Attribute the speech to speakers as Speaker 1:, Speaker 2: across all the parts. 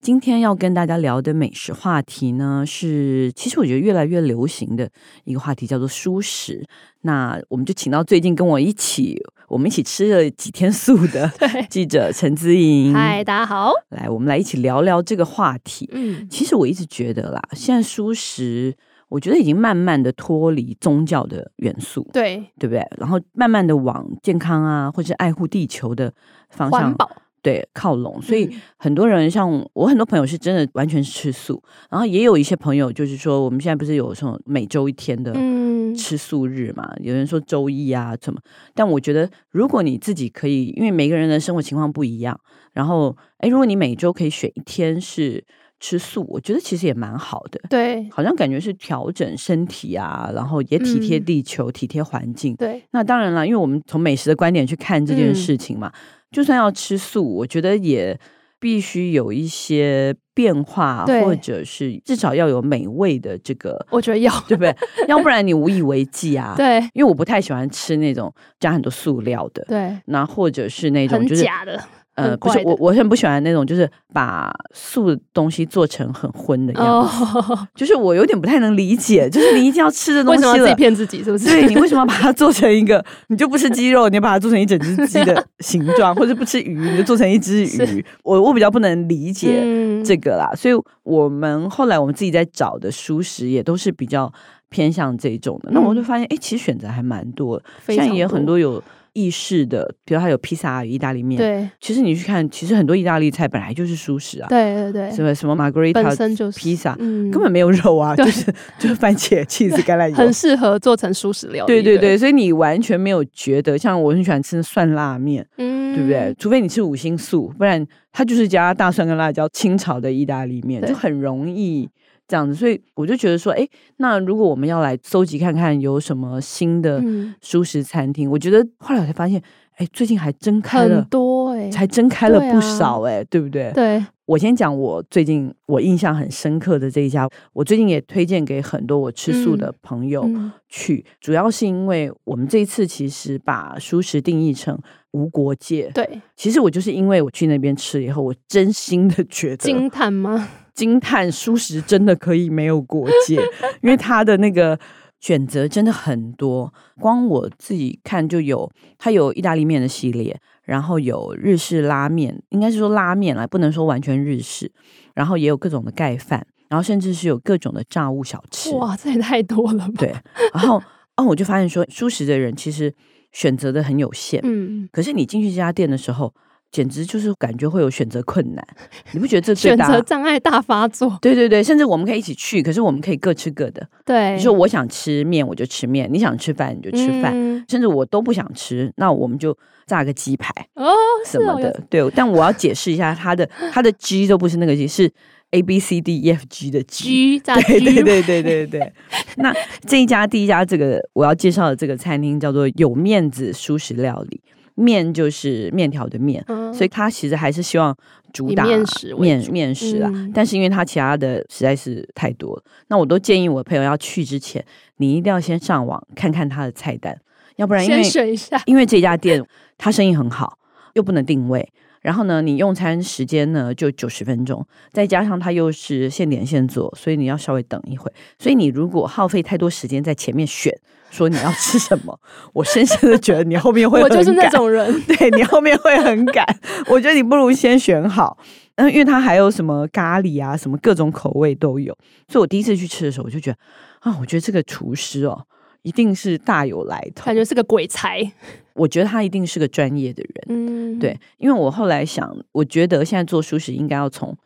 Speaker 1: 今天要跟大家聊的美食话题呢，是其实我觉得越来越流行的一个话题，叫做素食。那我们就请到最近跟我一起，我们一起吃了几天素的记者陈姿莹，
Speaker 2: 嗨，大家好。
Speaker 1: 来，我们来一起聊聊这个话题。
Speaker 2: 嗯，
Speaker 1: 其实我一直觉得啦，现在素食，我觉得已经慢慢的脱离宗教的元素，
Speaker 2: 对，
Speaker 1: 对不对？然后慢慢的往健康啊，或者是爱护地球的方
Speaker 2: 环
Speaker 1: 向
Speaker 2: 保，
Speaker 1: 对靠拢。所以
Speaker 2: 嗯
Speaker 1: 很多人像我很多朋友是真的完全是吃素，然后也有一些朋友就是说，我们现在不是有什么每周一天的
Speaker 2: 嗯，
Speaker 1: 吃素日嘛，有人说周一啊什么，但我觉得如果你自己可以，因为每个人的生活情况不一样，然后哎，如果你每周可以选一天是吃素，我觉得其实也蛮好的，
Speaker 2: 对
Speaker 1: 好像感觉是调整身体啊，然后也体贴
Speaker 2: 嗯
Speaker 1: 地球、体贴环境。
Speaker 2: 对，
Speaker 1: 那当然了，因为我们从美食的观点去看这件
Speaker 2: 嗯
Speaker 1: 事情嘛，就算要吃素，我觉得也必须有一些变化，
Speaker 2: 对
Speaker 1: 或者是至少要有美味的这个
Speaker 2: 我觉得要，
Speaker 1: 对不对？ 要不然你无以为继啊。，
Speaker 2: 对
Speaker 1: 因为我不太喜欢吃那种加很多塑料的，
Speaker 2: 对，
Speaker 1: 那或者是那种
Speaker 2: 很
Speaker 1: 就是
Speaker 2: 假的，
Speaker 1: 呃，
Speaker 2: 很
Speaker 1: 不是
Speaker 2: 怪的
Speaker 1: 我我很不喜欢那种就是把素的东西做成很荤的样子，
Speaker 2: 哦，
Speaker 1: 就是我有点不太能理解，就是你一定要吃的东
Speaker 2: 为
Speaker 1: 西
Speaker 2: 什
Speaker 1: 了，
Speaker 2: 么自己骗自己？是不是？
Speaker 1: 对你为什么要把它做成一个？你就不吃鸡肉，你把它做成一整只鸡的形状，或者不吃鱼，你就做成一只鱼
Speaker 2: 是。
Speaker 1: 我我比较不能理解。
Speaker 2: 嗯
Speaker 1: 这个啦，所以我们后来我们自己在找的熟食也都是比较偏向这种的。那我就
Speaker 2: 嗯
Speaker 1: 发现，哎，其实选择还蛮多的，
Speaker 2: 非
Speaker 1: 现在
Speaker 2: 常
Speaker 1: 也有很多有意式的，比如它有披萨、有意大利面。，
Speaker 2: 对
Speaker 1: 其实你去看，其实很多意大利菜本来就是熟食啊，
Speaker 2: 对对
Speaker 1: 什
Speaker 2: 对，
Speaker 1: 么什么 margarita
Speaker 2: 本身就是
Speaker 1: 披萨，
Speaker 2: 嗯
Speaker 1: 根本没有肉啊，
Speaker 2: 对
Speaker 1: 就是 就是番茄、cheese、橄榄
Speaker 2: 很
Speaker 1: 油。
Speaker 2: 适合做成素食料理，
Speaker 1: 对对对，，所以你完全没有觉得，像我很喜欢吃蒜辣面，
Speaker 2: 嗯，
Speaker 1: 对不对？？除非你吃五星素，不然它就是加大蒜跟辣椒清炒的意大利面，
Speaker 2: 对
Speaker 1: 就很容易这样子。所以我就觉得说，哎，那如果我们要来搜集看看有什么新的
Speaker 2: 嗯，
Speaker 1: 熟食餐厅，我觉得后来我才发现，哎，最近还真开
Speaker 2: 很
Speaker 1: 了，
Speaker 2: 多哎，
Speaker 1: 才真开了
Speaker 2: 对
Speaker 1: 不
Speaker 2: 啊
Speaker 1: 少、哎，对不对？
Speaker 2: 对，
Speaker 1: 我先讲我最近我印象很深刻的这一家，我最近也推荐给很多我吃素的朋友
Speaker 2: 嗯
Speaker 1: 去，主要是因为我们这一次其实把素食定义成无国界。
Speaker 2: 对，
Speaker 1: 其实我就是因为我去那边吃了以后，我真心的觉得
Speaker 2: 惊叹吗？
Speaker 1: 惊叹素食真的可以没有国 界，因为它的那个。选择真的很多，光我自己看就有，它有意大利面的系列，然后有日式拉面，应该是说拉面啦，不能说完全日式，然后也有各种的盖饭，然后甚至是有各种的炸物小吃，
Speaker 2: 哇，这也太多了吧？
Speaker 1: 对，然后哦，我就发现说，素食的人其实选择的很有限，
Speaker 2: 嗯，
Speaker 1: 可是你进去这家店的时候，简直就是感觉会有选择困难，你不觉得这最
Speaker 2: 选
Speaker 1: 大
Speaker 2: 择？障碍大发作，
Speaker 1: 对对对，甚至我们可以一起去，可是我们可以各吃各的。
Speaker 2: 对，
Speaker 1: 你说我想吃面，我就吃面；你想吃饭，你就吃饭。
Speaker 2: 嗯
Speaker 1: 甚至我都不想吃，那我们就炸个鸡排
Speaker 2: 哦，
Speaker 1: 什
Speaker 2: 是
Speaker 1: 么
Speaker 2: 哦，
Speaker 1: 的。
Speaker 2: 有
Speaker 1: 对，但我要解释一下，它的它的鸡都不是那个鸡，是 A B C D E F G 的鸡。
Speaker 2: 居炸
Speaker 1: 对对
Speaker 2: 居
Speaker 1: 对 对对对。那这一家第一家这个我要介绍的这个餐厅叫做有面子舒食料理，面就是面条的面，
Speaker 2: 嗯
Speaker 1: 所以他其实还是希望主
Speaker 2: 以
Speaker 1: 打
Speaker 2: 面食为
Speaker 1: 面
Speaker 2: 主
Speaker 1: 面食啦。
Speaker 2: 嗯
Speaker 1: 但是因为他其他的实在是太多了，那我都建议我朋友要去之前，你一定要先上网看看他的菜单，要不然因为
Speaker 2: 先选一下，
Speaker 1: 因为这家店它生意很好，又不能定位，然后呢，你用餐时间呢就九十分钟，再加上它又是现点现做，所以你要稍微等一会。所以你如果耗费太多时间在前面选说你要吃什么，我深深的觉得你后面会
Speaker 2: 我就是
Speaker 1: 很
Speaker 2: 那
Speaker 1: 赶
Speaker 2: 种人，
Speaker 1: 对你后面会很赶。我觉得你不如先选好，嗯，因为它还有什么咖喱啊，什么各种口味都有。所以我第一次去吃的时候，我就觉得啊，我觉得这个厨师哦，一定是大有来头
Speaker 2: 感。觉是个鬼才。
Speaker 1: 我觉得他一定是个专业的人，
Speaker 2: 嗯，
Speaker 1: 对，因为我后来想，我觉得现在做熟食应该要从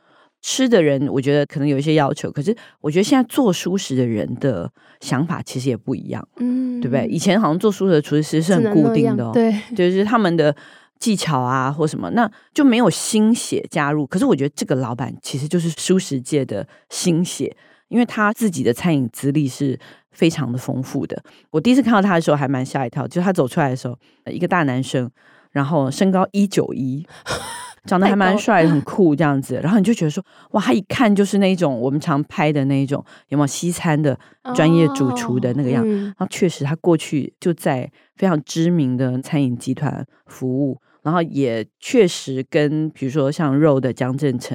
Speaker 1: 吃的人，我觉得可能有一些要求，可是我觉得现在做熟食的人的想法其实也不一样，
Speaker 2: 嗯，
Speaker 1: 对不对？以前好像做熟食的厨师是
Speaker 2: 只
Speaker 1: 很
Speaker 2: 能
Speaker 1: 固
Speaker 2: 那
Speaker 1: 定
Speaker 2: 样
Speaker 1: 的、哦，
Speaker 2: 对，
Speaker 1: 就是他们的技巧啊或什么，那就没有新血加入。可是我觉得这个老板其实就是素食界的新血，因为他自己的餐饮资历是非常的丰富的。我第一次看到他的时候还蛮吓一跳，就是他走出来的时候，呃一个大男生，然后身高一九一，长得还蛮帅的，很酷这样子。然后你就觉得说，哇，他一看就是那种我们常拍的那种，有没有西餐的专业主
Speaker 2: 哦
Speaker 1: 厨的那个样子？
Speaker 2: 子，
Speaker 1: 然后确实，他过去就在非常知名的餐饮集团服务，然后也确实跟比如说像肉的江振成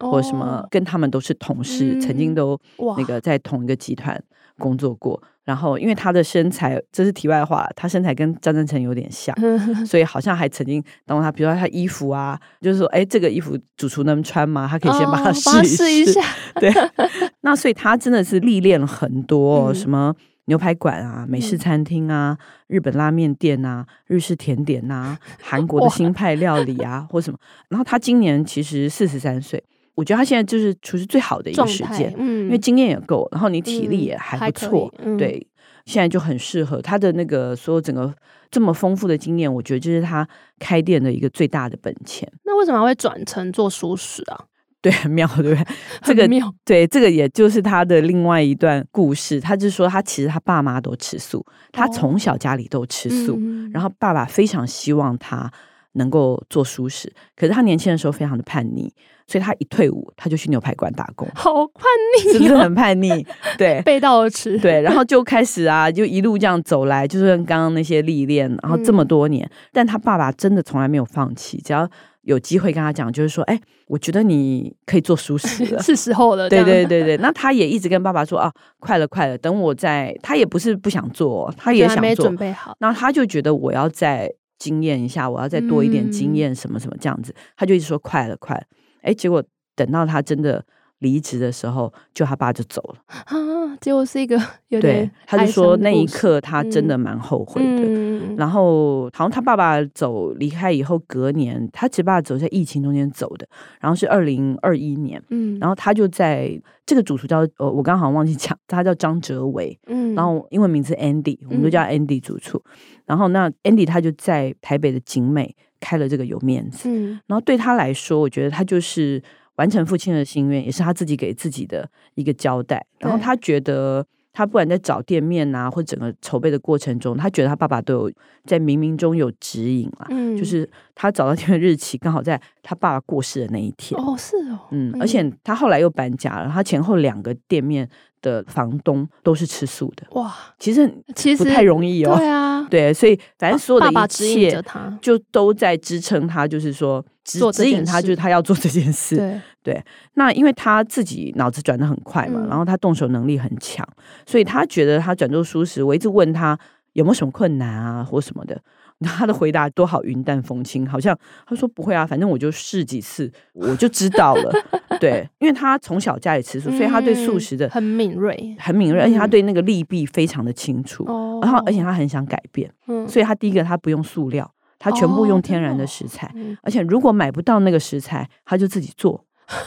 Speaker 2: 嗯
Speaker 1: 或者什么，跟他们都是同事，曾经
Speaker 2: 嗯
Speaker 1: 都
Speaker 2: 哇，
Speaker 1: 那个在同一个集团工作过。然后，因为他的身材，这是题外话，他身材跟张振成有点像
Speaker 2: 哦
Speaker 1: 所以好像还曾经当过他，比如说他衣服啊，就是说，哎，这个衣服主厨能穿吗？他可以先帮他
Speaker 2: 哦
Speaker 1: 试
Speaker 2: 帮他
Speaker 1: 一
Speaker 2: 试一下，
Speaker 1: 对， 那所以他真的是历练了很多、
Speaker 2: 嗯
Speaker 1: 什么牛排馆啊、美式
Speaker 2: 嗯
Speaker 1: 餐厅啊、日本拉面店啊、日式甜点 啊、韩国的
Speaker 2: 哇
Speaker 1: 新派料理啊，或什么。然后他今年其实四十三岁，我觉得他现在就是厨师最好的一个
Speaker 2: 状
Speaker 1: 时
Speaker 2: 态
Speaker 1: 间，，
Speaker 2: 嗯，
Speaker 1: 因为经验也够，然后你体力
Speaker 2: 嗯
Speaker 1: 也还
Speaker 2: 还
Speaker 1: 不
Speaker 2: 可
Speaker 1: 错，
Speaker 2: 以嗯
Speaker 1: 对。现在就很适合他的那个所有整个这么丰富的经验，我觉得这是他开店的一个最大的本钱。
Speaker 2: 那为什么还会转成做熟食啊？
Speaker 1: 对， 很妙，对不对？这
Speaker 2: 很
Speaker 1: 个
Speaker 2: 妙，
Speaker 1: 对，这个也就是他的另外一段故事。他就说，他其实他爸妈都吃素，他
Speaker 2: 哦
Speaker 1: 从小家里都吃素，
Speaker 2: 嗯，
Speaker 1: 然后爸爸非常希望他能够做素食，可是他年轻的时候非常的叛逆，所以他一退伍他就去牛排馆打工
Speaker 2: 好叛
Speaker 1: 是不
Speaker 2: 逆
Speaker 1: 是
Speaker 2: 哦，
Speaker 1: 很叛 逆？对，
Speaker 2: 背道而驰，
Speaker 1: 对，然后就开始啊，就一路这样走来，就是跟刚刚那些历练，然后这
Speaker 2: 嗯
Speaker 1: 么多年，但他爸爸真的从来没有放弃，只要有机会跟他讲，就是说，哎，我觉得你可以做素食了。
Speaker 2: 是时候了，
Speaker 1: 对
Speaker 2: 这
Speaker 1: 对
Speaker 2: 样，
Speaker 1: 对对，那他也一直跟爸爸说啊，快了快了，等我在，他也不是不想做哦，他也
Speaker 2: 就还
Speaker 1: 想
Speaker 2: 啊没
Speaker 1: 做
Speaker 2: 准，备好，
Speaker 1: 那他就觉得我要再经验一下，我要再多一点经
Speaker 2: 嗯
Speaker 1: 验，什么什么这样子，他就一直说快了快了，哎，结果等到他真的离职的时候，就他爸就走了。
Speaker 2: 啊，结果是一个
Speaker 1: 对
Speaker 2: 有点，
Speaker 1: 他就
Speaker 2: 哀
Speaker 1: 说
Speaker 2: 伤
Speaker 1: 那
Speaker 2: 故
Speaker 1: 一
Speaker 2: 事
Speaker 1: 刻他真的
Speaker 2: 嗯
Speaker 1: 蛮后悔的。
Speaker 2: 嗯，
Speaker 1: 然后，好像他爸爸走离开以后，隔年他其实爸爸走在疫情中间走的，然后是二零二一年，
Speaker 2: 嗯，
Speaker 1: 然后他就在这个主厨叫呃，我刚好忘记讲，他叫张哲维，
Speaker 2: 嗯，
Speaker 1: 然后英文名字 Andy，我们都
Speaker 2: 嗯
Speaker 1: 叫 Andy 主厨。然后那 Andy 他就在台北的景美开了这个有面子，
Speaker 2: 嗯
Speaker 1: 然后对他来说，我觉得他就是完成父亲的心愿，也是他自己给自己的一个交代。然后
Speaker 2: 对
Speaker 1: 他觉得，他不管在找店面啊，或整个筹备的过程中，他觉得他爸爸都有在冥冥中有指引啦。
Speaker 2: 嗯，
Speaker 1: 就是他找到店面日期刚好在他爸爸过世的那一天。
Speaker 2: 哦，是哦，
Speaker 1: 嗯，而且他后来又搬家了，他前后两个店面的房东都是吃素的，
Speaker 2: 哇，
Speaker 1: 其实很
Speaker 2: 呃嗯其
Speaker 1: 不
Speaker 2: 实
Speaker 1: 太容易哦。
Speaker 2: 对啊，
Speaker 1: 对，所以反正所有的
Speaker 2: 爸爸
Speaker 1: 一
Speaker 2: 指引
Speaker 1: 切
Speaker 2: 着他，
Speaker 1: 就都在支撑他，就是说指
Speaker 2: 做这
Speaker 1: 指引
Speaker 2: 件
Speaker 1: 他，
Speaker 2: 事
Speaker 1: 就是他要做这件事。
Speaker 2: 对，
Speaker 1: 那因为他自己脑子转得很快嘛，
Speaker 2: 嗯
Speaker 1: 然后他动手能力很强，所以他觉得他转做舒适。我一直问他有没有什么困难啊，或什么的。他的回答多好云淡风轻，好像他说不会啊，反正我就试几次我就知道了。对，因为他从小家里吃素，所以他对素
Speaker 2: 嗯
Speaker 1: 食的
Speaker 2: 很敏锐
Speaker 1: 很敏锐，而且他
Speaker 2: 嗯
Speaker 1: 对那个利弊非常的清楚。
Speaker 2: 哦，
Speaker 1: 然后，而且他很想改变，
Speaker 2: 嗯，
Speaker 1: 所以他第一个他不用塑料，他全部
Speaker 2: 哦
Speaker 1: 用
Speaker 2: 真
Speaker 1: 天然
Speaker 2: 的
Speaker 1: 的
Speaker 2: 哦
Speaker 1: 食材。
Speaker 2: 嗯
Speaker 1: 而且如果买不到那个食材，他就自己做，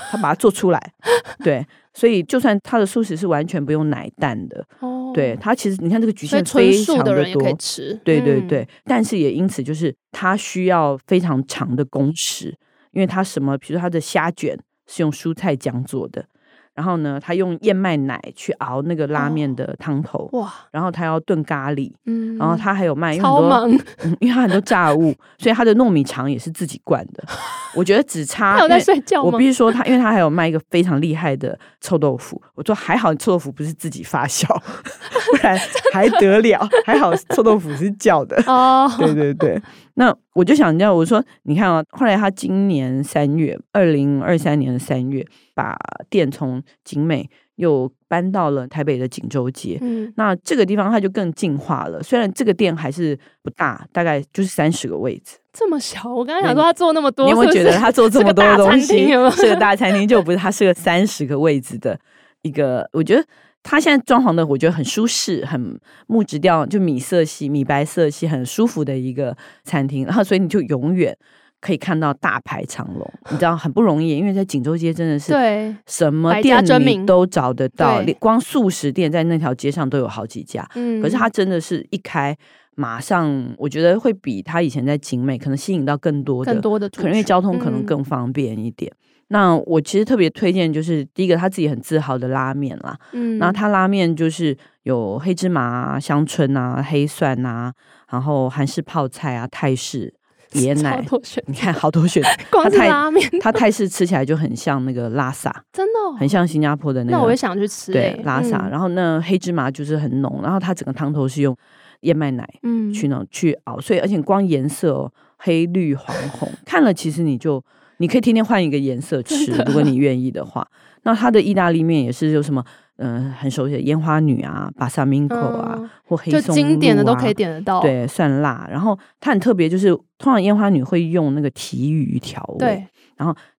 Speaker 1: 他把它做出 来。对，所以就算他的素食是完全不用奶蛋的，
Speaker 2: 哦，
Speaker 1: 对，他其实你看这个局
Speaker 2: 所以
Speaker 1: 限
Speaker 2: 纯
Speaker 1: 非
Speaker 2: 素
Speaker 1: 常
Speaker 2: 的
Speaker 1: 的
Speaker 2: 人也可以
Speaker 1: 多。
Speaker 2: 吃，
Speaker 1: 对对
Speaker 2: 嗯
Speaker 1: 对，，但是也因此就是他需要非常长的工时，因为他什么，比如说他的虾卷是用蔬菜浆做的，然后呢，他用燕麦奶去熬那个拉面
Speaker 2: 哦
Speaker 1: 的汤头，
Speaker 2: 哇，
Speaker 1: 然后他要炖咖喱，
Speaker 2: 嗯，
Speaker 1: 然后他还有卖，因为很
Speaker 2: 超
Speaker 1: 多
Speaker 2: 忙，
Speaker 1: 嗯， 因为它很多炸物，所以它的糯米肠也是自己灌的。我觉得只差
Speaker 2: 他有在
Speaker 1: 因为
Speaker 2: 睡觉
Speaker 1: 我
Speaker 2: 吗
Speaker 1: 必？须说它，因为它还有卖一个非常厉害的臭豆腐。我说还好臭豆腐不是自己发酵， 不 然还得了？还好臭豆腐是叫的。
Speaker 2: 哦，
Speaker 1: 对对对，那我就想叫我说，你看啊，后来他今年三月，二零二三年的三月，把店从景美又搬到了台北的锦州街。
Speaker 2: 嗯，
Speaker 1: 那这个地方它就更进化了，虽然这个店还是不大，大概就是三十个位置。
Speaker 2: 这么小，我刚才
Speaker 1: 对
Speaker 2: 想说他做那么多，
Speaker 1: 你有没有
Speaker 2: 是
Speaker 1: 觉
Speaker 2: 不
Speaker 1: 得
Speaker 2: 是
Speaker 1: 他做这
Speaker 2: 是
Speaker 1: 么
Speaker 2: 个
Speaker 1: 多的
Speaker 2: 大
Speaker 1: 东
Speaker 2: 餐
Speaker 1: 西
Speaker 2: 厅有没有
Speaker 1: 是个大餐厅，就不是它是个三十个位置的一个？我觉得它现在装潢的我觉得很舒适，很木质调，就米色系、米白色系，很舒服的一个餐厅。然后所以你就永远可以看到大排长龙，你知道很不容易，因为在锦州街真的是
Speaker 2: 对，
Speaker 1: 什么
Speaker 2: 百家
Speaker 1: 店
Speaker 2: 争
Speaker 1: 你
Speaker 2: 鸣
Speaker 1: 都找得到，
Speaker 2: 对
Speaker 1: 连光素食店在那条街上都有好几家。
Speaker 2: 嗯，
Speaker 1: 可是它真的是一开，马上我觉得会比它以前在景美可能吸引到更多的，
Speaker 2: 更多的族
Speaker 1: 可能因为
Speaker 2: 群
Speaker 1: 交通可能
Speaker 2: 嗯
Speaker 1: 更方便一点。那我其实特别推荐，就是第一个他自己很自豪的拉面啦，
Speaker 2: 嗯，
Speaker 1: 然后它拉面就是有黑芝麻、啊、香椿啊、黑蒜啊，然后韩式泡菜啊、泰式椰奶
Speaker 2: 超，多选，
Speaker 1: 你看好多选择。
Speaker 2: 光是
Speaker 1: 太
Speaker 2: 拉面
Speaker 1: 它泰式吃起来就很像那个拉萨，
Speaker 2: 真的哦、
Speaker 1: 很像新加坡的那
Speaker 2: 那我
Speaker 1: 个
Speaker 2: 也想去吃、欸，
Speaker 1: 对拉萨。然后那黑芝麻就是很浓，然后它整个汤头是用燕麦奶
Speaker 2: 嗯，嗯
Speaker 1: 去弄去熬，所以而且光颜色哦，黑绿 黄红，看了其实你就你可以天天换一个颜色吃，如果你愿意的话。那它的意大利面也是有什么嗯、呃很熟悉的烟花女啊、巴萨明口啊，
Speaker 2: 嗯
Speaker 1: 或黑
Speaker 2: 就
Speaker 1: 松
Speaker 2: 经典的
Speaker 1: 露
Speaker 2: 都
Speaker 1: 啊
Speaker 2: 可以点得到，
Speaker 1: 对蒜辣。然后它很特别，就是通常烟花女会用那个提鱼调味，
Speaker 2: 对，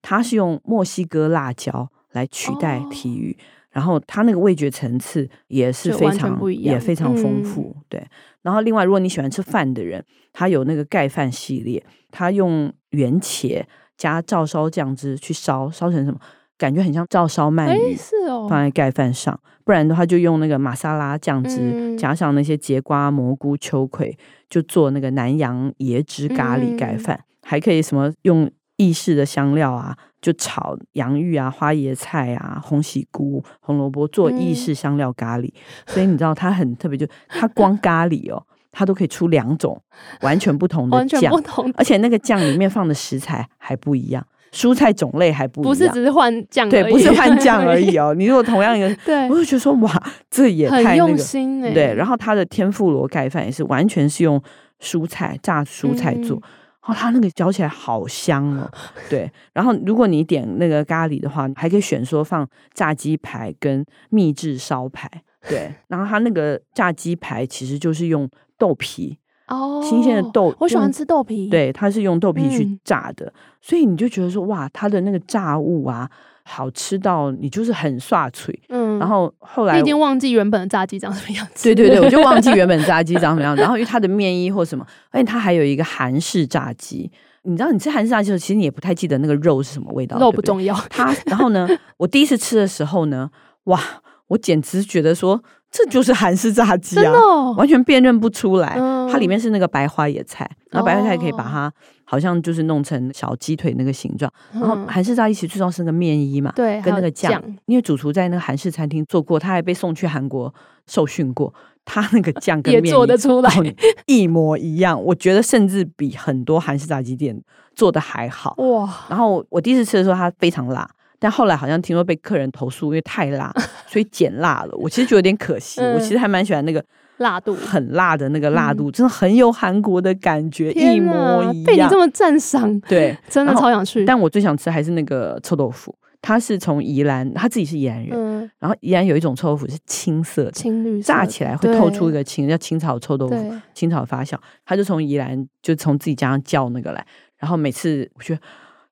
Speaker 1: 它是用墨西哥辣椒来取代
Speaker 2: 哦
Speaker 1: 提鱼，然后它那个味觉层次也是
Speaker 2: 就
Speaker 1: 非
Speaker 2: 完全
Speaker 1: 常
Speaker 2: 不一样
Speaker 1: 也非常丰
Speaker 2: 嗯
Speaker 1: 富。对，然后另外如果你喜欢吃饭的人，它有那个盖饭系列，它用圆茄加照烧酱汁去烧，烧成什么？感觉很像照烧鳗
Speaker 2: 哎、
Speaker 1: 鱼。
Speaker 2: 是哦，
Speaker 1: 放在盖饭上，不然的话就用那个玛莎拉酱汁，
Speaker 2: 嗯
Speaker 1: 加上那些节瓜、蘑菇、秋葵，就做那个南洋椰汁咖喱
Speaker 2: 嗯
Speaker 1: 盖饭，还可以什么用意式的香料啊，就炒洋芋啊、花椰菜啊、红喜菇、红萝卜做
Speaker 2: 嗯
Speaker 1: 意式香料咖喱。所以你知道它很特别，就它光咖喱哦，它都可以出两种完全不同的
Speaker 2: 完全
Speaker 1: 酱
Speaker 2: 不，同，
Speaker 1: 而且那个酱里面放的食材还不一样，蔬菜种类还不一样。
Speaker 2: 不是只是换嗯酱而已，
Speaker 1: 对，不是换 酱而已哦。你如果同样一个，
Speaker 2: 对
Speaker 1: 我，就觉得说哇，这也
Speaker 2: 很
Speaker 1: 太那
Speaker 2: 用
Speaker 1: 个。
Speaker 2: 心哎、
Speaker 1: 对，然后它的天妇罗盖饭也是完全是用蔬菜榨蔬菜做，
Speaker 2: 嗯
Speaker 1: 然后它那个嚼起来好香 哦。对，然后如果你点那个咖喱的话，还可以选说放炸鸡排跟秘制烧排。 对，然后它那个炸鸡排其实就是用豆皮，
Speaker 2: 哦，
Speaker 1: 新鲜的豆
Speaker 2: 我喜欢
Speaker 1: 用
Speaker 2: 吃豆皮，，
Speaker 1: 对，它是用豆皮去
Speaker 2: 嗯
Speaker 1: 炸的，所以你就觉得说哇，它的那个炸物啊，好吃到你就是很刷嘴。
Speaker 2: 嗯，
Speaker 1: 然后后来
Speaker 2: 你已
Speaker 1: 我
Speaker 2: 经忘记原本的炸鸡长什么样子，
Speaker 1: 对对对， 我就忘记原本炸鸡长什么样。然后因为它的面衣或什么，而且它还有一个韩式炸鸡。你知道你吃韩式炸鸡的时候，其实你也不太记得那个肉是什么味道，
Speaker 2: 肉
Speaker 1: 对
Speaker 2: 不
Speaker 1: 对
Speaker 2: 重要，
Speaker 1: 它，然后呢，我第一次吃的时候呢，哇，我简直觉得说这就是韩式炸鸡
Speaker 2: 真
Speaker 1: 啊
Speaker 2: 的，哦，
Speaker 1: 完全辨认不出来。
Speaker 2: 嗯
Speaker 1: 它里面是那个白花野菜，然后白花野菜可以把
Speaker 2: 哦
Speaker 1: 它好像就是弄成小鸡腿那个形状。然后
Speaker 2: 嗯
Speaker 1: 韩式炸鸡其实最重要是那个面衣嘛，
Speaker 2: 对，
Speaker 1: 跟
Speaker 2: 还
Speaker 1: 那
Speaker 2: 有
Speaker 1: 个酱
Speaker 2: 酱，，
Speaker 1: 因为主厨在那个韩式餐厅做过，他还被送去韩国受训过，他那个酱跟
Speaker 2: 也
Speaker 1: 面
Speaker 2: 做得
Speaker 1: 衣
Speaker 2: 出来，
Speaker 1: 到底一模一样，我觉得甚至比很多韩式炸鸡店做的还好。
Speaker 2: 哇，
Speaker 1: 然后我第一次吃的时候，它非常辣。但后来好像听说被客人投诉，因为太 辣，所以减辣了。我其实觉得有点可惜，我其
Speaker 2: 嗯
Speaker 1: 实还蛮喜欢那个
Speaker 2: 辣度，
Speaker 1: 很辣的那个辣度，真的很有韩国的感觉，一
Speaker 2: 嗯天
Speaker 1: 模
Speaker 2: 哪
Speaker 1: 一样。
Speaker 2: 被你这么嗯赞赏，
Speaker 1: 对，
Speaker 2: 真的
Speaker 1: 然后
Speaker 2: 超想去，
Speaker 1: 但我最想吃还是那个臭豆腐，他是从宜兰，他自己是宜兰人，
Speaker 2: 嗯，
Speaker 1: 然后宜兰有一种臭豆腐是青色的，
Speaker 2: 青绿色
Speaker 1: 炸
Speaker 2: 的
Speaker 1: 起来会透出一
Speaker 2: 对
Speaker 1: 个青，叫青草臭豆腐，
Speaker 2: 对，
Speaker 1: 青草发酵。他就从宜兰就从自己家叫那个来，然后每次我觉得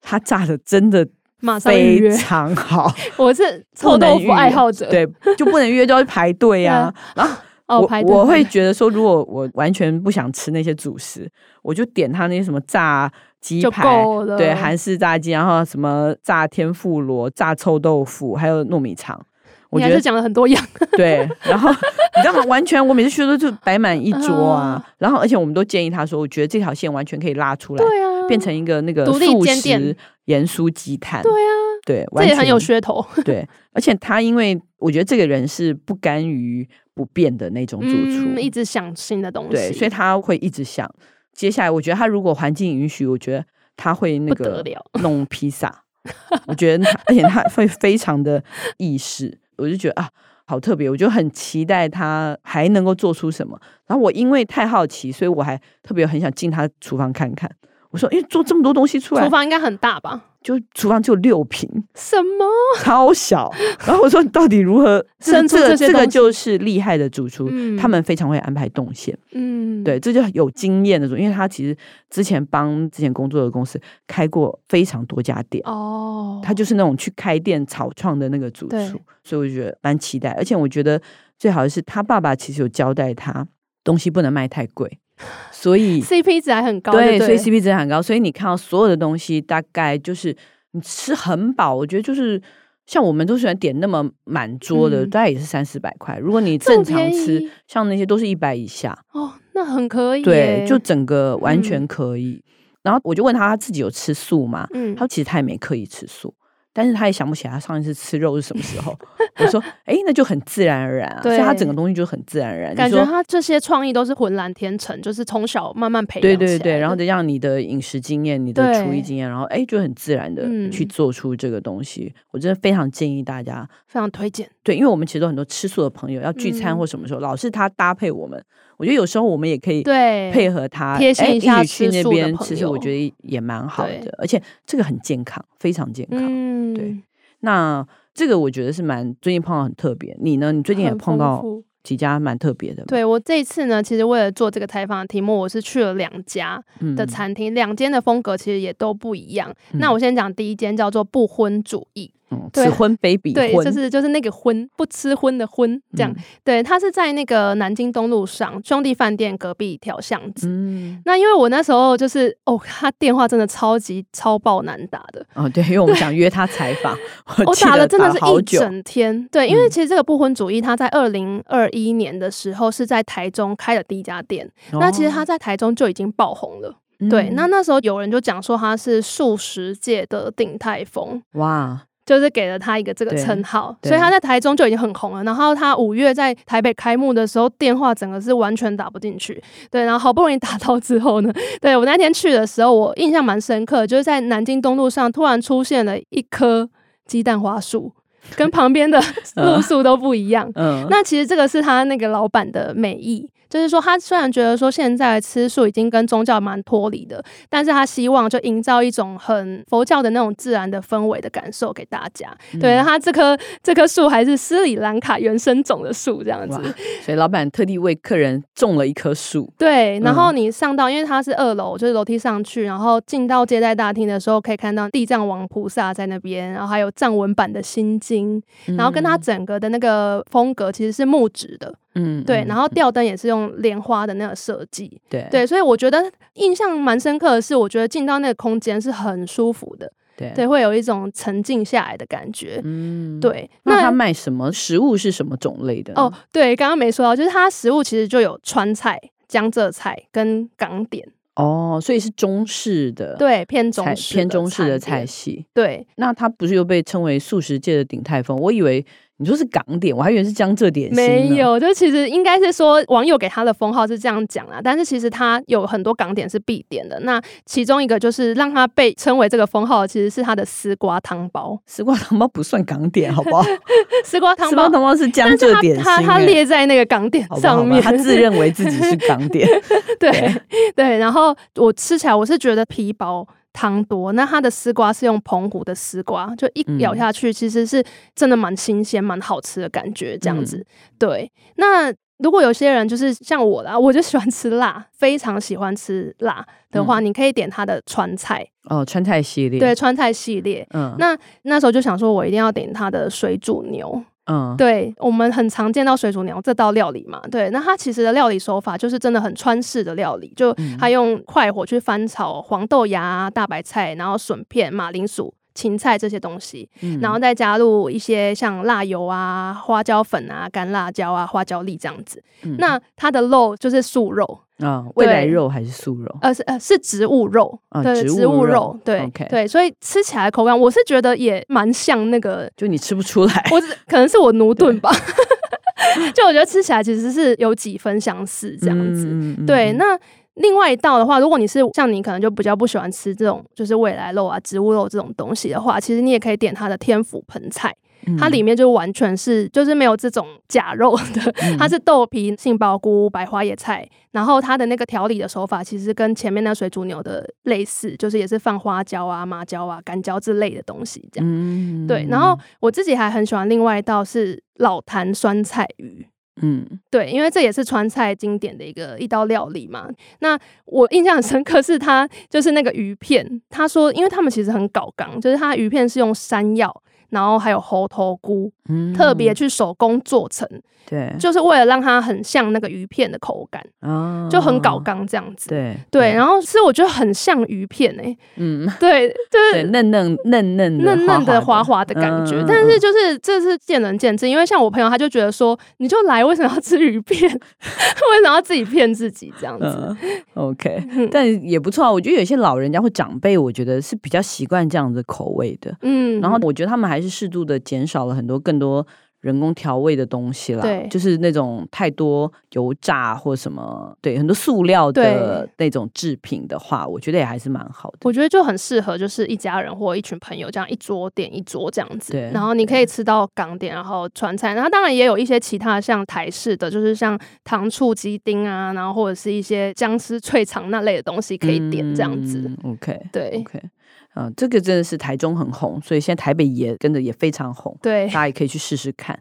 Speaker 1: 他炸的真 的
Speaker 2: 马上预
Speaker 1: 非
Speaker 2: 约，
Speaker 1: 常好，
Speaker 2: 我是
Speaker 1: 不
Speaker 2: 臭
Speaker 1: 能
Speaker 2: 豆
Speaker 1: 预
Speaker 2: 腐
Speaker 1: 约
Speaker 2: 爱好者，，
Speaker 1: 对，就不能约就要去排队 啊。然后
Speaker 2: 哦，
Speaker 1: 我
Speaker 2: 排队
Speaker 1: 我
Speaker 2: 排
Speaker 1: 会
Speaker 2: 队
Speaker 1: 觉得说，如果我完全不想吃那些主食，我就点他那些什么炸鸡
Speaker 2: 就
Speaker 1: 排，
Speaker 2: 够了，
Speaker 1: 对，韩式炸鸡，然后什么炸天妇罗、炸臭豆腐，还有糯米肠。我
Speaker 2: 你
Speaker 1: 觉
Speaker 2: 还是
Speaker 1: 得
Speaker 2: 讲了很多样，
Speaker 1: 对，然后你知道吗？完全我每次去都就摆满一桌啊
Speaker 2: 嗯，
Speaker 1: 然后而且我们都建议他说，我觉得这条线完全可以拉出来，
Speaker 2: 对啊，
Speaker 1: 变成一个那个
Speaker 2: 独立
Speaker 1: 素
Speaker 2: 间店
Speaker 1: 食盐酥鸡摊。
Speaker 2: 对啊，
Speaker 1: 对，
Speaker 2: 这
Speaker 1: 完
Speaker 2: 也很有
Speaker 1: 全
Speaker 2: 噱头，
Speaker 1: 对，而且他因为我觉得这个人是不甘于不变的那 种主厨，
Speaker 2: 嗯，一直想新的东西，
Speaker 1: 对，所以他会一直想。接下来，我觉得他如果环境允许，我觉得他会那
Speaker 2: 不得
Speaker 1: 个
Speaker 2: 了
Speaker 1: 弄披 萨。我觉得他，而且他会非常的意识，我就觉得啊，好特别，我就很期待他还能够做出什么。然后我因为太好奇，所以我还特别很想进他厨房看看。我说，因为做这么多东西出来
Speaker 2: 厨，房应该很大吧？
Speaker 1: 就厨房只有六平，
Speaker 2: 什么？
Speaker 1: 超 小。然后我说，你到底如何这个
Speaker 2: 生出
Speaker 1: 这个
Speaker 2: 这些
Speaker 1: 这个
Speaker 2: 东西
Speaker 1: 就是厉害的主厨，
Speaker 2: 嗯
Speaker 1: 他们非常会安排动线。
Speaker 2: 嗯，
Speaker 1: 对，，这就有经验的主，因为他其实之前帮之前工作的公司开过非常多家店，
Speaker 2: 哦，
Speaker 1: 他就是那种去开店草创的那个主
Speaker 2: 对
Speaker 1: 厨，所以我就觉得蛮期待。而且我觉得最好的是他爸爸其实有交代他东西不能卖太贵，所以
Speaker 2: CP 值还很高，
Speaker 1: 对，
Speaker 2: 对，
Speaker 1: 所以 CP 值很高，所以你看到所有的东西大概就是你吃很饱，我觉得就是。像我们都喜欢点那么满桌的，
Speaker 2: 嗯
Speaker 1: 大概也是三四百块。如果你
Speaker 2: 这么
Speaker 1: 正常
Speaker 2: 便
Speaker 1: 吃
Speaker 2: 宜，
Speaker 1: 像那些都是一百以下。
Speaker 2: 哦，那很可以耶，
Speaker 1: 对，就整个完全
Speaker 2: 嗯
Speaker 1: 可以。然后我就问他，他自己有吃素吗？
Speaker 2: 嗯
Speaker 1: 他，说其实他也没刻意吃素，但是他也想不起来他上一次吃肉是什么时候。我说，哎，那就很自然而然啊，所以他
Speaker 2: 对
Speaker 1: 整个东西就很自然而然。
Speaker 2: 感
Speaker 1: 你
Speaker 2: 觉
Speaker 1: 说
Speaker 2: 他这些创意都是浑然天成，就是从小慢慢培养
Speaker 1: 对
Speaker 2: 起
Speaker 1: 对
Speaker 2: 来
Speaker 1: 对，
Speaker 2: 的
Speaker 1: 然后再让你的饮食经验、你的厨艺
Speaker 2: 对
Speaker 1: 经验，然后哎，就很自然的去
Speaker 2: 嗯
Speaker 1: 做出这个东西。我真的非常建议大家，
Speaker 2: 非常推荐。
Speaker 1: 对，因为我们其实都很多吃素的朋友要聚餐
Speaker 2: 嗯
Speaker 1: 或什么时候，老是他搭配我们，我觉得有时候我们也可以
Speaker 2: 对，
Speaker 1: 配合他
Speaker 2: 贴心
Speaker 1: 哎
Speaker 2: 一下
Speaker 1: 起去
Speaker 2: 吃
Speaker 1: 那
Speaker 2: 素的
Speaker 1: 边，
Speaker 2: 朋
Speaker 1: 其实我
Speaker 2: 友
Speaker 1: 觉得也蛮好
Speaker 2: 对
Speaker 1: 的，而且这个很健康，非常健康。
Speaker 2: 嗯，
Speaker 1: 对，那这个我觉得是蛮最近碰到很特别，你呢？你最近也
Speaker 2: 嗯很
Speaker 1: 碰
Speaker 2: 丰
Speaker 1: 到
Speaker 2: 富
Speaker 1: 几家蛮特别的吗
Speaker 2: 对我这一次呢，其实为了做这个采访的题目，我是去了两家的
Speaker 1: 嗯
Speaker 2: 餐厅，两间的风格其实也都不一样。那
Speaker 1: 嗯
Speaker 2: 我先讲第一间叫做不婚主义，
Speaker 1: 嗯
Speaker 2: 对
Speaker 1: 此婚非彼
Speaker 2: 对，
Speaker 1: 婚，嗯
Speaker 2: 就是就是那个婚不吃荤的婚这样。对，它是在那个南京东路上兄弟饭店隔壁一条巷子。
Speaker 1: 嗯。嗯
Speaker 2: 那因为我那时候就是哦，他电话真的超级超爆难打的，
Speaker 1: 哦，对，因为我们想约他采 访，
Speaker 2: 我
Speaker 1: 记
Speaker 2: 哦打
Speaker 1: 得
Speaker 2: 了真的是
Speaker 1: 好
Speaker 2: 一
Speaker 1: 久，
Speaker 2: 整天。对，因为
Speaker 1: 嗯
Speaker 2: 其实这个不婚主义，他在二零二一年的时候是在台中开的第一家店，那其实他在台中就已经爆红了。
Speaker 1: 哦
Speaker 2: 对，那
Speaker 1: 嗯
Speaker 2: 那时候有人就讲说他是素食界的鼎泰丰。
Speaker 1: 哇，
Speaker 2: 就是给了他一个这个
Speaker 1: 对
Speaker 2: 称号，
Speaker 1: 对
Speaker 2: 所以他在台中就已经很红了。然后他五月在台北开幕的时候，电话整个是完全打不进去。对，然后好不容易打到之后呢，对我那天去的时候，我印象蛮深刻，就是在南京东路上突然出现了一棵鸡蛋花树，跟旁边的 路树都不一样。
Speaker 1: 嗯，
Speaker 2: 那其实这个是他那个老板的美意，就是说他虽然觉得说现在吃素已经跟宗教蛮脱离的，但是他希望就营造一种很佛教的那种自然的氛围的感受给大家。
Speaker 1: 嗯
Speaker 2: 对，他这棵这棵树还是斯里兰卡原生种的树这样
Speaker 1: 哇
Speaker 2: 子。，
Speaker 1: 所以老板特地为客人种了一棵树，
Speaker 2: 对，然后
Speaker 1: 嗯
Speaker 2: 你上到，因为它是二楼，就是楼梯上去，然后进到接待大厅的时候，可以看到地藏王菩萨在那边，然后还有藏文版的心经，然后跟
Speaker 1: 嗯
Speaker 2: 它整个的那个风格其实是木质的。
Speaker 1: 嗯，嗯，
Speaker 2: 对，
Speaker 1: 嗯
Speaker 2: 然后吊灯也是用莲花的那个设计，
Speaker 1: 对
Speaker 2: 对，所以我觉得印象蛮深刻的是，我觉得进到那个空间是很舒服的，
Speaker 1: 对
Speaker 2: 对，，会有一种沉静下来的感觉。
Speaker 1: 嗯，。
Speaker 2: 对，
Speaker 1: 那他
Speaker 2: 那
Speaker 1: 卖什么食物是什么种类的呢？
Speaker 2: 哦，对，刚刚没说到，就是它食物其实就有川菜、江浙菜跟港点，
Speaker 1: 哦，所以是中式的，
Speaker 2: 对，偏
Speaker 1: 菜，
Speaker 2: 中式
Speaker 1: 偏中式的
Speaker 2: 餐
Speaker 1: 菜
Speaker 2: 点，
Speaker 1: 系。
Speaker 2: 对，
Speaker 1: 那它不是又被称为素食界的鼎泰丰？我以为你说是港点，我还以为是江浙点心呢
Speaker 2: 没，有，就其实应该是说网友给他的封号是这样讲啦，但是其实他有很多港点是必点的。那其中一个就是让他被称为这个封号的，其实是他的丝瓜汤包。
Speaker 1: 丝瓜糖包不算港点，好不好？
Speaker 2: 丝瓜 汤
Speaker 1: 丝瓜
Speaker 2: 包，
Speaker 1: 糖包是江
Speaker 2: 但
Speaker 1: 浙
Speaker 2: 是
Speaker 1: 点
Speaker 2: 他
Speaker 1: 心
Speaker 2: 他他
Speaker 1: 欸，
Speaker 2: 列在那个港点
Speaker 1: 好吧好
Speaker 2: 上
Speaker 1: 吧
Speaker 2: 面，
Speaker 1: 他自认为自己 是港点，
Speaker 2: 对对。然后我吃起来，我是觉得皮薄。汤多，那它的丝瓜是用澎湖的丝瓜，就一
Speaker 1: 嗯
Speaker 2: 咬下去，其实是真的蛮新鲜、蛮好吃的感觉，这样子。
Speaker 1: 嗯
Speaker 2: 对，那如果有些人就是像我啦，我就喜欢吃辣，非常喜欢吃辣的话，
Speaker 1: 嗯
Speaker 2: 你可以点它的川菜，
Speaker 1: 哦，川菜系列，
Speaker 2: 对，川菜系列。
Speaker 1: 嗯
Speaker 2: 那那时候就想说，我一定要点它的水煮牛。
Speaker 1: 嗯，
Speaker 2: 对我们很常见到水煮牛这道料理嘛，对，那它其实的料理手法就是真的很川式的料理，就
Speaker 1: 嗯
Speaker 2: 它用快火去翻炒黄豆芽啊、大白菜，然后笋片、马铃薯、芹菜这些东西，
Speaker 1: 嗯
Speaker 2: 然后再加入一些像辣油啊、花椒粉啊、干辣椒啊、花椒粒这样子。
Speaker 1: 嗯
Speaker 2: 那它的肉就是素肉，
Speaker 1: 啊，未来
Speaker 2: 对
Speaker 1: 肉还是素肉？
Speaker 2: 呃是呃是植物肉，
Speaker 1: 啊
Speaker 2: 对，
Speaker 1: 植物
Speaker 2: 植物
Speaker 1: 肉
Speaker 2: 肉，对
Speaker 1: OK
Speaker 2: 对，所以吃起来口感我是觉得也蛮像那个
Speaker 1: 就你吃不出来，
Speaker 2: 我只可能是我驽钝吧， 就我觉得吃起来其实是有几分相似这样子。
Speaker 1: 嗯，嗯
Speaker 2: 对，
Speaker 1: 嗯
Speaker 2: 那另外一道的话，如果你是像你可能就比较不喜欢吃这种就是未来肉啊、植物肉这种东西的话，其实你也可以点它的天府盆菜，
Speaker 1: 嗯
Speaker 2: 它里面就完全是就是没有这种假肉的，
Speaker 1: 嗯
Speaker 2: 它是豆皮、杏鲍菇、白花野菜，然后它的那个调理的手法其实跟前面那水煮牛的类似，就是也是放花椒啊、麻椒啊、干椒之类的东西这样。
Speaker 1: 嗯
Speaker 2: 对，然后我自己还很喜欢另外一道是老坛酸菜鱼。
Speaker 1: 嗯
Speaker 2: 对，因为这也是川菜经典的一个一道料理嘛。那我印象很深刻是它就是那个鱼片，他说，因为他们其实很搞纲，就是它鱼片是用山药，然后还有猴头菇，
Speaker 1: 嗯
Speaker 2: 特别去手工做成，
Speaker 1: 对，
Speaker 2: 就是为了让它很像那个鱼片的口感，
Speaker 1: 啊
Speaker 2: 就很搞，刚这样子。
Speaker 1: 对
Speaker 2: 对，然后是我觉得很像鱼片诶、
Speaker 1: 嗯，
Speaker 2: 对，就是
Speaker 1: 对，嫩嫩嫩嫩
Speaker 2: 嫩嫩的、
Speaker 1: 的
Speaker 2: 滑滑的感觉。
Speaker 1: 嗯
Speaker 2: 但是就是这是见仁见智，因为像我朋友他就觉得说，你就来，为什么要吃鱼片？ 为什么要自己骗自己这样子？
Speaker 1: 嗯，OK，但 也不错啊。我觉得有些老人家或长辈，我觉得是比较习惯这样的口味的。
Speaker 2: 嗯，
Speaker 1: 然后我觉得他们还是适度的减少了很多更多人工调味的东西啦，
Speaker 2: 对
Speaker 1: 就是那种太多油炸或什么，对，很多塑料的那种制品的话，我觉得也还是蛮好的。
Speaker 2: 我觉得就很适合，就是一家人或一群朋友这样一桌点一桌这样子
Speaker 1: 对，
Speaker 2: 然后你可以吃到港点，然后川菜，然后当然也有一些其他像台式的，就是像糖醋鸡丁啊，然后或者是一些姜丝脆肠那类的东西可以点这样子。
Speaker 1: 嗯，OK，
Speaker 2: 对
Speaker 1: OK，啊、这个真的是台中很红，所以现在台北也跟着也非常红，
Speaker 2: 对
Speaker 1: 大，家也可以去试试看。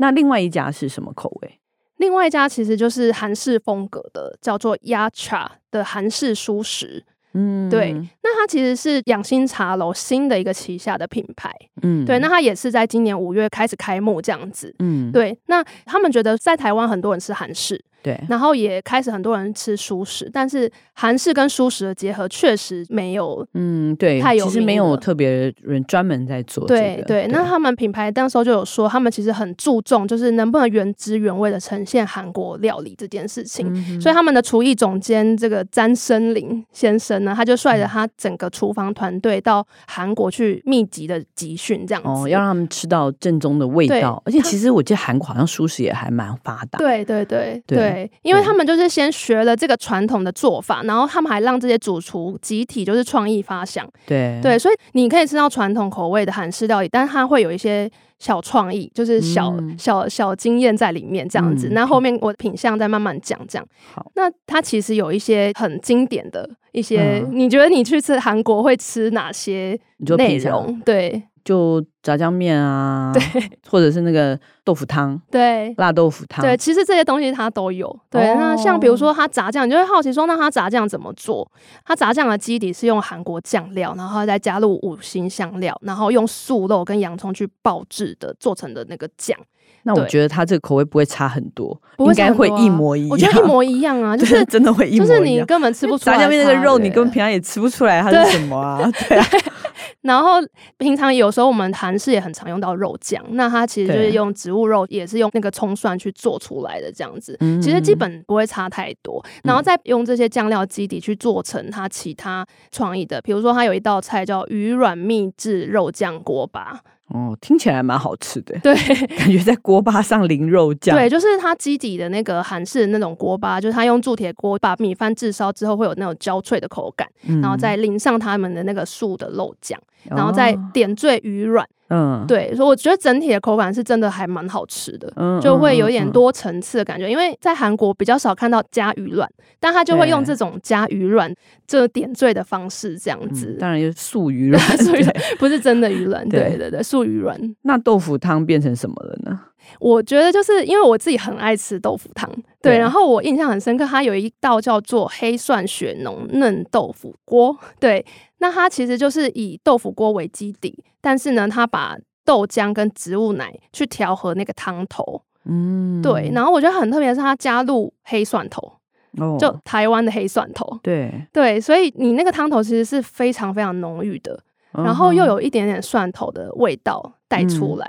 Speaker 1: 那另外一家是什么口味？
Speaker 2: 另外一家其实就是韩式风格的，叫做鸭茶的韩式蔬食。
Speaker 1: 嗯，
Speaker 2: 对，那它其实是养心茶楼新的一个旗下的品牌。
Speaker 1: 嗯
Speaker 2: 对，那它也是在今年五月开始开幕这样子。
Speaker 1: 嗯，
Speaker 2: 对，那他们觉得在台湾很多人吃韩式，
Speaker 1: 对，
Speaker 2: 然后也开始很多人吃素食，但是韩式跟素食的结合确实没有。
Speaker 1: 嗯，对，
Speaker 2: 太有
Speaker 1: 其实
Speaker 2: 名
Speaker 1: 没有
Speaker 2: 了
Speaker 1: 特别人专门在做这
Speaker 2: 对
Speaker 1: 个、
Speaker 2: 对，那他们品牌当时候就有说，他们其实很注重就是能不能原汁原味的呈现韩国料理这件事情。
Speaker 1: 嗯
Speaker 2: 所以他们的厨艺总监这个詹森林先生呢，他就率着
Speaker 1: 嗯
Speaker 2: 他整个厨房团队到韩国去密集的集训，这样子。
Speaker 1: 哦，要让他们吃到正宗的味
Speaker 2: 对
Speaker 1: 道。而且
Speaker 2: 它
Speaker 1: 其实我记得韩国好像素食也还蛮发达。，
Speaker 2: 对对对
Speaker 1: 对
Speaker 2: 对，因为
Speaker 1: 对
Speaker 2: 他们就是先学了这个传统的做法，然后他们还让这些主厨集体就是创意发想，
Speaker 1: 对
Speaker 2: 对，所以你可以吃到传统口味的韩式料理，但是它会有一些小创意，就是小、
Speaker 1: 嗯
Speaker 2: 小小经验在里面这样子
Speaker 1: 嗯。
Speaker 2: 那、后面我品相再慢慢讲这样。
Speaker 1: 好，
Speaker 2: 那它其实有一些很经典的一些，
Speaker 1: 嗯
Speaker 2: 你觉得你去吃韩国会吃哪些
Speaker 1: 你就
Speaker 2: 内
Speaker 1: 平常
Speaker 2: 容？对
Speaker 1: 就炸酱面啊，
Speaker 2: 对
Speaker 1: 或者是那个豆腐汤、
Speaker 2: 对。
Speaker 1: 辣豆腐汤。
Speaker 2: 对，，其实这些东西它都有。对，那像比
Speaker 1: 哦
Speaker 2: 如说它炸酱，你就会好奇说，那它炸酱怎么做？它炸酱的基底是用韩国酱料，然后再加入五星香料，然后用素肉跟洋葱去爆制的做成的那个酱，
Speaker 1: 那我
Speaker 2: 对
Speaker 1: 觉得它这个口味不会差很多，
Speaker 2: 不会
Speaker 1: 应该
Speaker 2: 差很
Speaker 1: 会
Speaker 2: 多
Speaker 1: 一
Speaker 2: 啊
Speaker 1: 模一样。
Speaker 2: 我觉得一模一样啊，就
Speaker 1: 对
Speaker 2: 是
Speaker 1: 真的会一模
Speaker 2: 就
Speaker 1: 一样。
Speaker 2: 是你根本吃不出来
Speaker 1: 炸酱面那个
Speaker 2: 差
Speaker 1: 肉，
Speaker 2: 别
Speaker 1: 你根本平常也吃不出来它是
Speaker 2: 对
Speaker 1: 什么 啊？对啊，
Speaker 2: 然后平常有时候我们韩式也很常用到肉酱，那它其实就是
Speaker 1: 对
Speaker 2: 用植物肉，也是用那个葱蒜去做出来的这样子。
Speaker 1: 嗯
Speaker 2: 其实基本不会差太多，然后再用这些酱料基底去做成它其他创意的，比如说它有一道菜叫鱼软秘制肉酱锅巴，
Speaker 1: 哦，听起来蛮好吃的，
Speaker 2: 对
Speaker 1: 感觉在锅巴上淋肉酱。
Speaker 2: 对，就是它基底的那个韩式的那种锅巴，就是它用铸铁锅把米饭炙烧之后会有那种焦脆的口感，
Speaker 1: 嗯，
Speaker 2: 然后再淋上他们的那个素的肉酱，然后再
Speaker 1: 哦
Speaker 2: 点缀鱼软。
Speaker 1: 嗯，
Speaker 2: 对，所以我觉得整体的口感是真的还蛮好吃的，
Speaker 1: 嗯，
Speaker 2: 就会
Speaker 1: 嗯
Speaker 2: 有点。
Speaker 1: 嗯嗯
Speaker 2: 多层次的感觉。因为在韩国比较少看到加鱼卵，但他就会用
Speaker 1: 对
Speaker 2: 这种加鱼卵这点缀的方式这样
Speaker 1: 嗯
Speaker 2: 子，，
Speaker 1: 当然有素鱼肉
Speaker 2: 素鱼
Speaker 1: 对
Speaker 2: 不是真的鱼卵，
Speaker 1: 对
Speaker 2: 对对对，素鱼卵。
Speaker 1: 那豆腐汤变成什么了呢？
Speaker 2: 我觉得就是因为我自己很爱吃豆腐汤，对，
Speaker 1: 对
Speaker 2: 然后我印象很深刻，它有一道叫做黑蒜雪浓嫩豆腐锅，对，那它其实就是以豆腐锅为基底，但是呢，它把豆浆跟植物奶去调和那个汤头，
Speaker 1: 嗯，
Speaker 2: 对，然后我觉得很特别的是它加入黑蒜头，
Speaker 1: 哦，
Speaker 2: 就台湾的黑蒜头，
Speaker 1: 对，
Speaker 2: 对，所以你那个汤头其实是非常非常浓郁的，
Speaker 1: 嗯
Speaker 2: 然后又有一点点蒜头的味道带出来。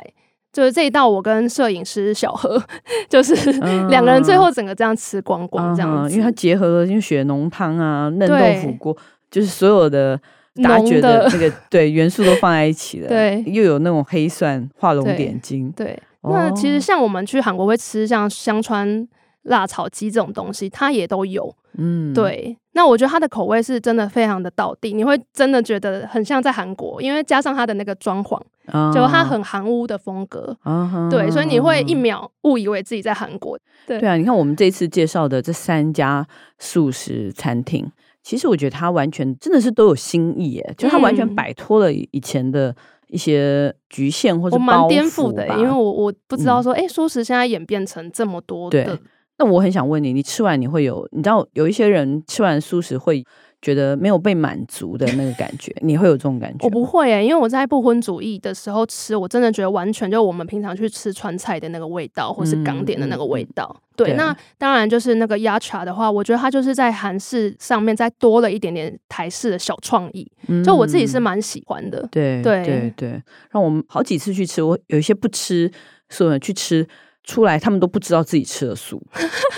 Speaker 2: 就是这一道，我跟摄影师小何， 就是
Speaker 1: 嗯
Speaker 2: 两个人最后整个这样吃光光
Speaker 1: 嗯
Speaker 2: 这样
Speaker 1: 哼
Speaker 2: 子，
Speaker 1: 因为它结合了因为血浓汤啊、嫩豆腐
Speaker 2: 对
Speaker 1: 锅，就是所有的大家
Speaker 2: 浓
Speaker 1: 觉得那
Speaker 2: 的
Speaker 1: 个对元素都放在一起了，
Speaker 2: 对
Speaker 1: 又有那种黑蒜画龙
Speaker 2: 对
Speaker 1: 点睛，
Speaker 2: 对。那其实
Speaker 1: 哦
Speaker 2: 像我们去韩国会吃像香川辣炒鸡这种东西，它也都有。
Speaker 1: 嗯，
Speaker 2: 对，那我觉得它的口味是真的非常的到地，你会真的觉得很像在韩国，因为加上它的那个装潢，
Speaker 1: 啊，
Speaker 2: 就它很韩屋的风格，
Speaker 1: 啊
Speaker 2: 对，所以你会一
Speaker 1: 秒。
Speaker 2: 秒误以为自己在韩国。对
Speaker 1: 对啊，你看我们这次介绍的这三家素食餐厅，其实我觉得它完全真的是都有新意耶，就它完全
Speaker 2: 嗯
Speaker 1: 摆脱了以前的一些局限或者
Speaker 2: 我蛮
Speaker 1: 包
Speaker 2: 颠
Speaker 1: 袱
Speaker 2: 覆的、
Speaker 1: 吧嗯
Speaker 2: 因为我我不知道说，哎、素食现在演变成这么多
Speaker 1: 对
Speaker 2: 的，
Speaker 1: 那我很想问你，你吃完你会有，你知道有一些人吃完素食会觉得没有被满足的那个感觉，你会有这种感觉吗？
Speaker 2: 我不会诶、因为我在不婚主义的时候吃，我真的觉得完全就我们平常去吃川菜的那个味道，或是港点的那个味道。
Speaker 1: 嗯
Speaker 2: 对，
Speaker 1: 对
Speaker 2: 那当然就是那个鸭茶的话，我觉得它就是在韩式上面再多了一点点台式的小创意，
Speaker 1: 嗯，
Speaker 2: 就我自己是蛮喜欢的。
Speaker 1: 对
Speaker 2: 对
Speaker 1: 对对，让我们好几次去吃，我有一些不吃素的人去吃。出来，他们都不知道自己吃了素。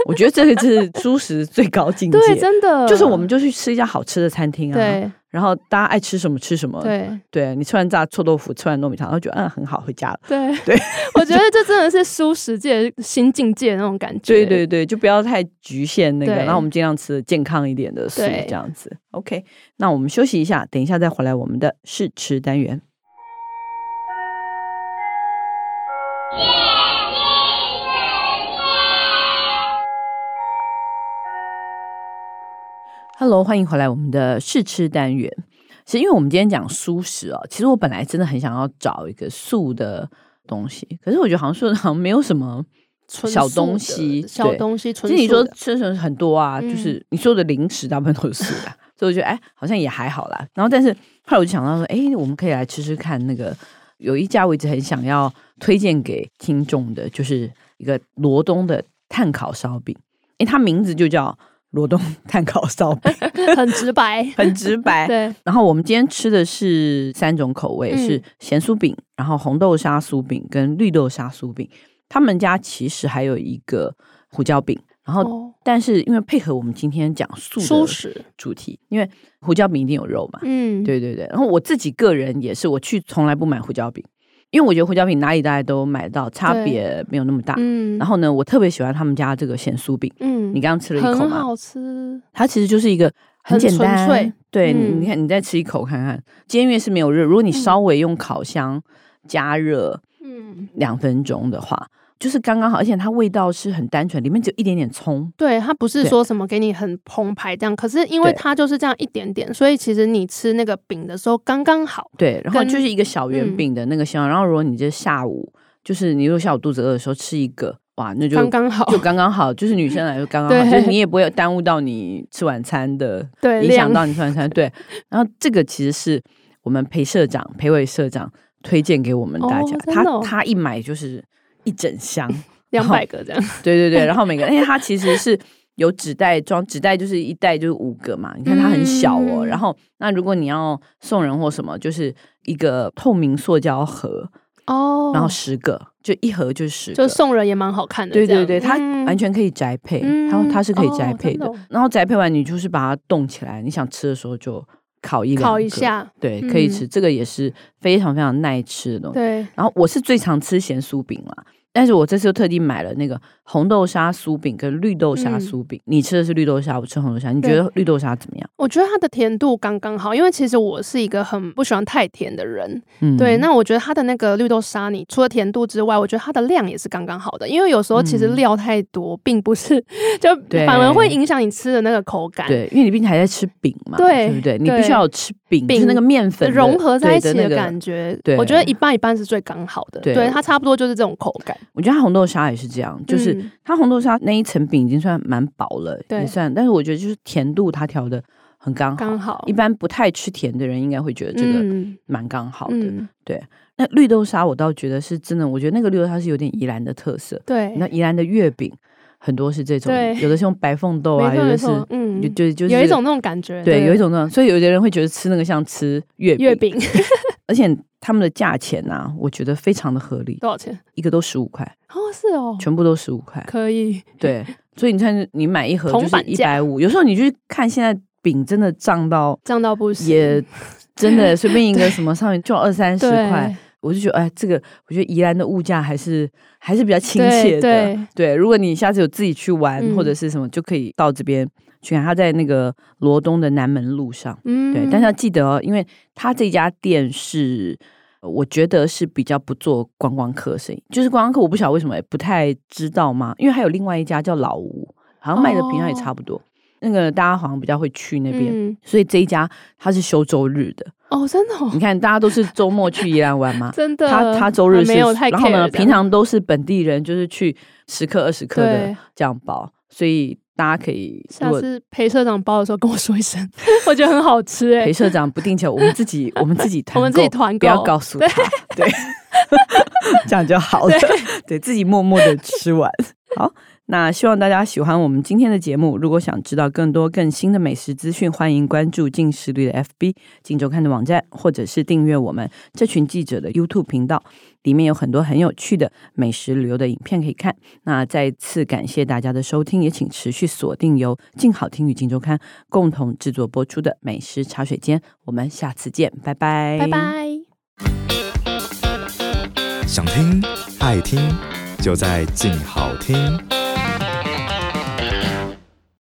Speaker 1: 我觉得这个是素食最高境界。
Speaker 2: 对，真的
Speaker 1: 就是我们就去吃一家好吃的餐厅啊，呃
Speaker 2: 对
Speaker 1: 然后大家爱吃什么吃什么。
Speaker 2: 对
Speaker 1: 对你吃完炸臭豆腐，吃完糯米肠，然后觉得嗯很好，回家了。
Speaker 2: 对
Speaker 1: 对，
Speaker 2: 我觉得这真的是舒适界新境界的那种感觉。
Speaker 1: 对对对，就不要太局限那个，
Speaker 2: 对
Speaker 1: 然后我们尽量吃健康一点的素，
Speaker 2: 对
Speaker 1: 这样子。OK，那我们休息一下，等一下再回来我们的试吃单元。Hello，欢迎回来我们的试吃单元。是因为我们今天讲素食哦，其实我本来真的很想要找一个素的东西，可是我觉得好像素的好像没有什么
Speaker 2: 纯
Speaker 1: 小
Speaker 2: 素
Speaker 1: 东
Speaker 2: 的
Speaker 1: 西
Speaker 2: 小
Speaker 1: 对
Speaker 2: 东西，纯
Speaker 1: 其实你
Speaker 2: 素
Speaker 1: 说
Speaker 2: 的
Speaker 1: 吃什么很多啊，
Speaker 2: 嗯
Speaker 1: 就是你说的零食大部分都是素的啊，所以我觉得哎，好像也还好啦。然后但是后来我就想到说，哎，我们可以来吃吃看那个有一家我一直很想要推荐给听众的，就是一个罗东的炭烤烧饼，因为它名字就叫罗东 炭烤烧饼，
Speaker 2: 很直白，
Speaker 1: 很直白。
Speaker 2: 对
Speaker 1: 然后我们今天吃的是三种口味，
Speaker 2: 嗯
Speaker 1: 是咸酥饼，然后红豆沙酥饼跟绿豆沙酥饼。他们家其实还有一个胡椒饼，然后
Speaker 2: 哦，
Speaker 1: 但是因为配合我们今天讲素
Speaker 2: 舒
Speaker 1: 的
Speaker 2: 适，
Speaker 1: 主题，因为胡椒饼一定有肉嘛，
Speaker 2: 嗯，
Speaker 1: 对对对。然后我自己个人也是，我去从来不买胡椒饼，因为我觉得胡椒饼哪里大家都买得到，差
Speaker 2: 对
Speaker 1: 别没有那么大。
Speaker 2: 嗯，
Speaker 1: 啊然后呢，我特别喜欢他们家这个咸酥饼，
Speaker 2: 嗯，
Speaker 1: 你刚刚吃了一口
Speaker 2: 很
Speaker 1: 嘛，
Speaker 2: 好吃，
Speaker 1: 它其实就是一个很
Speaker 2: 很
Speaker 1: 简
Speaker 2: 纯
Speaker 1: 单，
Speaker 2: 粹
Speaker 1: 对，
Speaker 2: 嗯
Speaker 1: 你看你再吃一口看看。今天因为是没有热，如果你稍微用烤箱加热，
Speaker 2: 嗯，
Speaker 1: 两分钟的话，就是刚刚好，而且它味道是很单纯，里面只有一点点葱。
Speaker 2: 对，它不是
Speaker 1: 对
Speaker 2: 说什么给你很澎湃这样，可是因为
Speaker 1: 对
Speaker 2: 它就是这样一点点，所以其实你吃那个饼的时候刚刚好，
Speaker 1: 对，然后
Speaker 2: 跟
Speaker 1: 就是一个小圆
Speaker 2: 嗯
Speaker 1: 饼的那个形状。然后如果你这下午，就是你如果下午肚子饿的时候吃一个，哇，那就
Speaker 2: 刚刚好，
Speaker 1: 就刚刚好，就是女生来说刚刚好，
Speaker 2: 对
Speaker 1: 就是你也不会耽误到你吃晚餐的，
Speaker 2: 对，
Speaker 1: 影响
Speaker 2: 量
Speaker 1: 到你吃晚餐。对，然后这个其实是我们裴社长、裴伟社长推荐给我们大家，
Speaker 2: 哦真的哦
Speaker 1: 他他一买就是一整箱，
Speaker 2: 两百个这样，
Speaker 1: 对对对，然后每个，因为它其实是有纸袋装，纸袋就是一袋就是五个嘛，你看它很小哦。
Speaker 2: 嗯
Speaker 1: 然后那如果你要送人或什么，就是一个透明塑胶盒，
Speaker 2: 哦，
Speaker 1: 然后十个，就一盒就是十
Speaker 2: 就
Speaker 1: 个。
Speaker 2: 送人也蛮好看的这
Speaker 1: 对
Speaker 2: 样，
Speaker 1: 对对，它完
Speaker 2: 全
Speaker 1: 全可以宅配，它
Speaker 2: 嗯
Speaker 1: 它是可以宅
Speaker 2: 哦
Speaker 1: 配
Speaker 2: 真
Speaker 1: 的。
Speaker 2: 的哦
Speaker 1: 然后宅配完，你就是把它冻起来，你想吃的时候就烤一两
Speaker 2: 烤
Speaker 1: 个
Speaker 2: 一，下，
Speaker 1: 对，可以
Speaker 2: 嗯
Speaker 1: 吃。这个也是非常非常耐吃的东西。
Speaker 2: 对，
Speaker 1: 然后我是最常吃咸酥饼啦，但是我这次又特地买了那个红豆沙酥饼跟绿豆沙酥饼。你吃的是绿豆沙，我吃红豆沙。你觉
Speaker 2: 嗯对
Speaker 1: 得绿豆沙怎么样？
Speaker 2: 我觉得它的甜度刚刚好，因为其实我是一个很不喜欢太甜的人，
Speaker 1: 嗯，
Speaker 2: 对，那我觉得它的那个绿豆沙泥，除了甜度之外，我觉得它的量也是刚刚好的，因为有时候其实
Speaker 1: 嗯
Speaker 2: 料太多，并不是 就
Speaker 1: 对
Speaker 2: 反而会影响你吃的那个口感。
Speaker 1: 对，因为你毕竟还在吃饼嘛，
Speaker 2: 对
Speaker 1: 不对？你
Speaker 2: 对
Speaker 1: 必须要有吃饼，就是那个面粉的
Speaker 2: 融合在一
Speaker 1: 对
Speaker 2: 起的
Speaker 1: 那个
Speaker 2: 感觉，
Speaker 1: 对
Speaker 2: 我觉得一半一半是最刚好的。
Speaker 1: 对
Speaker 2: 对，它差不多就是这种口感，
Speaker 1: 我觉得它红豆沙也是这样，就是
Speaker 2: 嗯
Speaker 1: 它红豆沙那一层饼已经算蛮薄了，
Speaker 2: 对
Speaker 1: 也算，但是我觉得就是甜度它调的很刚好。
Speaker 2: 刚好
Speaker 1: 一。般不太吃甜的人应该会觉得这个
Speaker 2: 嗯
Speaker 1: 蛮刚好的。
Speaker 2: 嗯，
Speaker 1: 那绿豆沙我倒觉得是真的，我觉得那个绿豆沙是有点宜兰的特色。
Speaker 2: 对，
Speaker 1: 那宜兰的月饼很多是这种
Speaker 2: 对，
Speaker 1: 有的是用白凤豆
Speaker 2: 没
Speaker 1: 啊，有
Speaker 2: 错没
Speaker 1: 的是
Speaker 2: 错，嗯
Speaker 1: 就，就就是
Speaker 2: 有一种那种感觉，
Speaker 1: 对，有一种那种，所以有的人会觉得吃那个像吃月饼，
Speaker 2: 月饼
Speaker 1: 而且他们的价钱啊，我觉得非常的合理，
Speaker 2: 多少钱？
Speaker 1: 一个都十五块，
Speaker 2: 哦，是哦，
Speaker 1: 全部都十五块，
Speaker 2: 可以，
Speaker 1: 对，所以你看你买一盒就
Speaker 2: 铜
Speaker 1: 是
Speaker 2: 板
Speaker 1: 一
Speaker 2: 价
Speaker 1: 百五，有时候你去看现在饼真的涨到
Speaker 2: 这样到不行，
Speaker 1: 也真的随便一个什么上面就要二三十
Speaker 2: 对
Speaker 1: 块，我就觉得哎，这个我觉得宜兰的物价还是还是比较亲
Speaker 2: 对
Speaker 1: 切的。
Speaker 2: 对
Speaker 1: 如果你下次有自己去玩、
Speaker 2: 嗯
Speaker 1: 或者是什么，就可以到这边去看。它在那个罗东的南门路上，
Speaker 2: 嗯，
Speaker 1: 对。但是要记得哦，因为它这家店是。呃我觉得是比较不做观光客生意，就是观光客我不晓得为什么也不太知道嘛，因为还有另外一家叫老吴，好像卖的平常也
Speaker 2: 哦
Speaker 1: 差不多，那个大家好像比较会去那边，
Speaker 2: 嗯
Speaker 1: 所以这一家它是休周日的，
Speaker 2: 哦，真的哦，。
Speaker 1: 你看，大家都是周末去宜兰玩嘛
Speaker 2: 真的，
Speaker 1: 嗯他他周日是，
Speaker 2: 啊没有太 care
Speaker 1: 然后呢，
Speaker 2: 这样
Speaker 1: 平常都是本地人，就是去十克二十克的
Speaker 2: 对
Speaker 1: 这样包，所以大家可以如
Speaker 2: 下
Speaker 1: 果
Speaker 2: 次陪社长包的时候跟我说一声， 我觉得很好吃哎、
Speaker 1: 裴社长不定期，我们自己我们自己团
Speaker 2: 我们自己
Speaker 1: 购
Speaker 2: 团
Speaker 1: 不要
Speaker 2: 购
Speaker 1: 告诉他， 对，这样就好了， 对自己默默的吃完。好，那希望大家喜欢我们今天的节目。如果想知道更多更新的美食资讯，欢迎关注进食率的 FB、进周刊的网站，或者是订阅我们这群记者的 YouTube 频道，里面有很多很有趣的美食旅游的影片可以看。那再次感谢大家的收听，也请持续锁定由静好听与静周刊共同制作播出的《美食茶水间》，我们下次见，拜拜，
Speaker 2: 拜拜。
Speaker 3: 想听爱听，就在静好听。